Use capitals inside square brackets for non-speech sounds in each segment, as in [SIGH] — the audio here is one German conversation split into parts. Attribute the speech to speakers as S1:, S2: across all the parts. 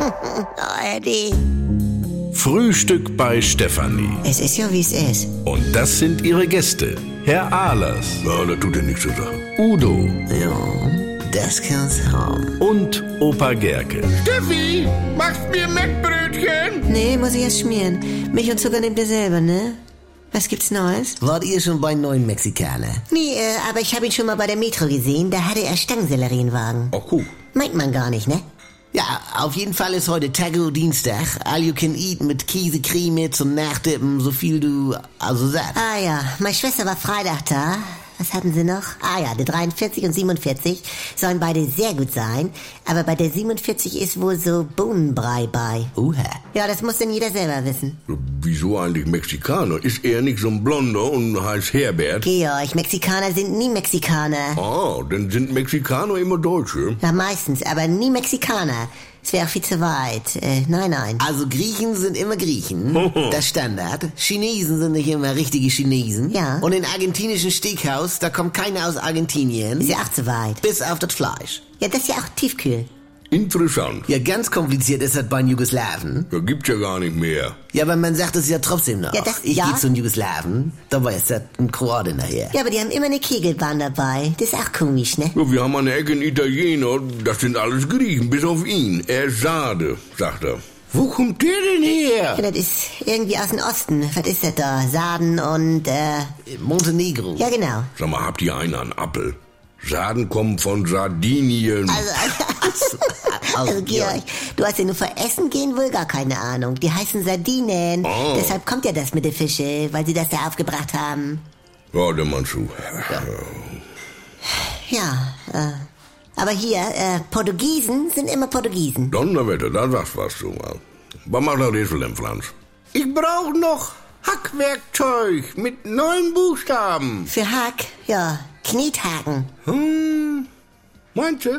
S1: Oh, Eddie.
S2: Frühstück bei Stefanie.
S1: Es ist ja, wie es ist.
S2: Und das sind ihre Gäste. Herr Ahlers,
S3: Ja, das tut dir nichts zur Sache.
S2: Udo
S1: Ja, das kann's haben.
S2: und Opa Gerke.
S4: Steffi, machst mir Mettbrötchen?
S1: Nee, muss ich erst schmieren. Milch und Zucker nehmt ihr selber, ne? Was gibt's Neues?
S5: Wart ihr schon bei neuen Mexikaner?
S1: Nee, äh, aber ich habe ihn schon mal bei der Metro gesehen. Da hatte er Stangenselleriewagen.
S3: Ach cool.
S1: Meint man gar nicht, ne?
S5: Ja, auf jeden Fall ist heute Taco Dienstag. All you can eat mit Käsecreme zum Nachtippen, so viel du also sagst.
S1: Ah ja, meine Schwester war Freitag da. Was hatten sie noch? Ah ja, die 43 und 47 sollen beide sehr gut sein. Aber bei der 47 ist wohl so Bohnenbrei bei.
S5: Uha.
S1: Ja, das muss denn jeder selber wissen.
S3: Wieso eigentlich Mexikaner? Ist er nicht so ein Blonder und heißt Herbert?
S1: Georg, Mexikaner sind nie Mexikaner.
S3: Ah, dann sind Mexikaner immer Deutsche.
S1: Ja, meistens, aber nie Mexikaner. Es wäre auch viel zu weit. Äh, nein, nein.
S5: Also Griechen sind immer Griechen, das Standard. Chinesen sind nicht immer richtige Chinesen.
S1: Ja.
S5: Und in argentinischen Steakhouse, da kommt keiner aus
S1: Ist
S5: Argentinien,
S1: ja auch zu weit.
S5: bis auf das Fleisch.
S1: Ja, das ist ja auch tiefkühl.
S3: Interessant.
S5: Ja, ganz kompliziert ist das bei den Jugoslawen.
S3: Ja, gibt's ja gar nicht mehr.
S5: Ja, aber man sagt es ja trotzdem noch.
S1: Ja, das-
S5: ich
S1: ja.
S5: gehe zu den Jugoslawen, da war jetzt das ein Kroate nachher.
S1: Ja, aber die haben immer eine Kegelbahn dabei. Das ist auch komisch, ne?
S3: Ja, wir haben an der Ecke einen Italiener, das sind alles Griechen, bis auf ihn. Er ist Sade, sagt er. Wo kommt der denn her?
S1: Ja, das ist irgendwie aus dem Osten. Was ist das da? Saden und, äh,
S5: Montenegro.
S1: ja genau.
S3: Sag mal, habt ihr einen an Appel? Saden kommen von Sardinien.
S1: Also, [LAUGHS] also, also Georg, du hast ja nur vor Essen gehen wohl gar keine Ahnung. Die heißen Sardinen.
S3: Oh.
S1: Deshalb kommt ja das mit den Fische, weil sie das da aufgebracht haben.
S3: Ja, der Mann zu.
S1: Ja, äh, aber hier, äh, Portugiesen sind immer Portugiesen.
S3: Donnerwetter, da sagst was du mal. Was macht der Rätsel denn, Franz? Ich brauche noch Hackwerkzeug mit neun Buchstaben.
S1: Für Hack, ja, Knethaken.
S3: Hm, meinst du?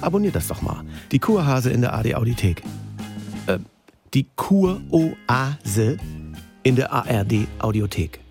S6: Abonniert das doch mal. Die Kurhase in der AD Audiothek. Äh, die Kuroase in der ARD Audiothek.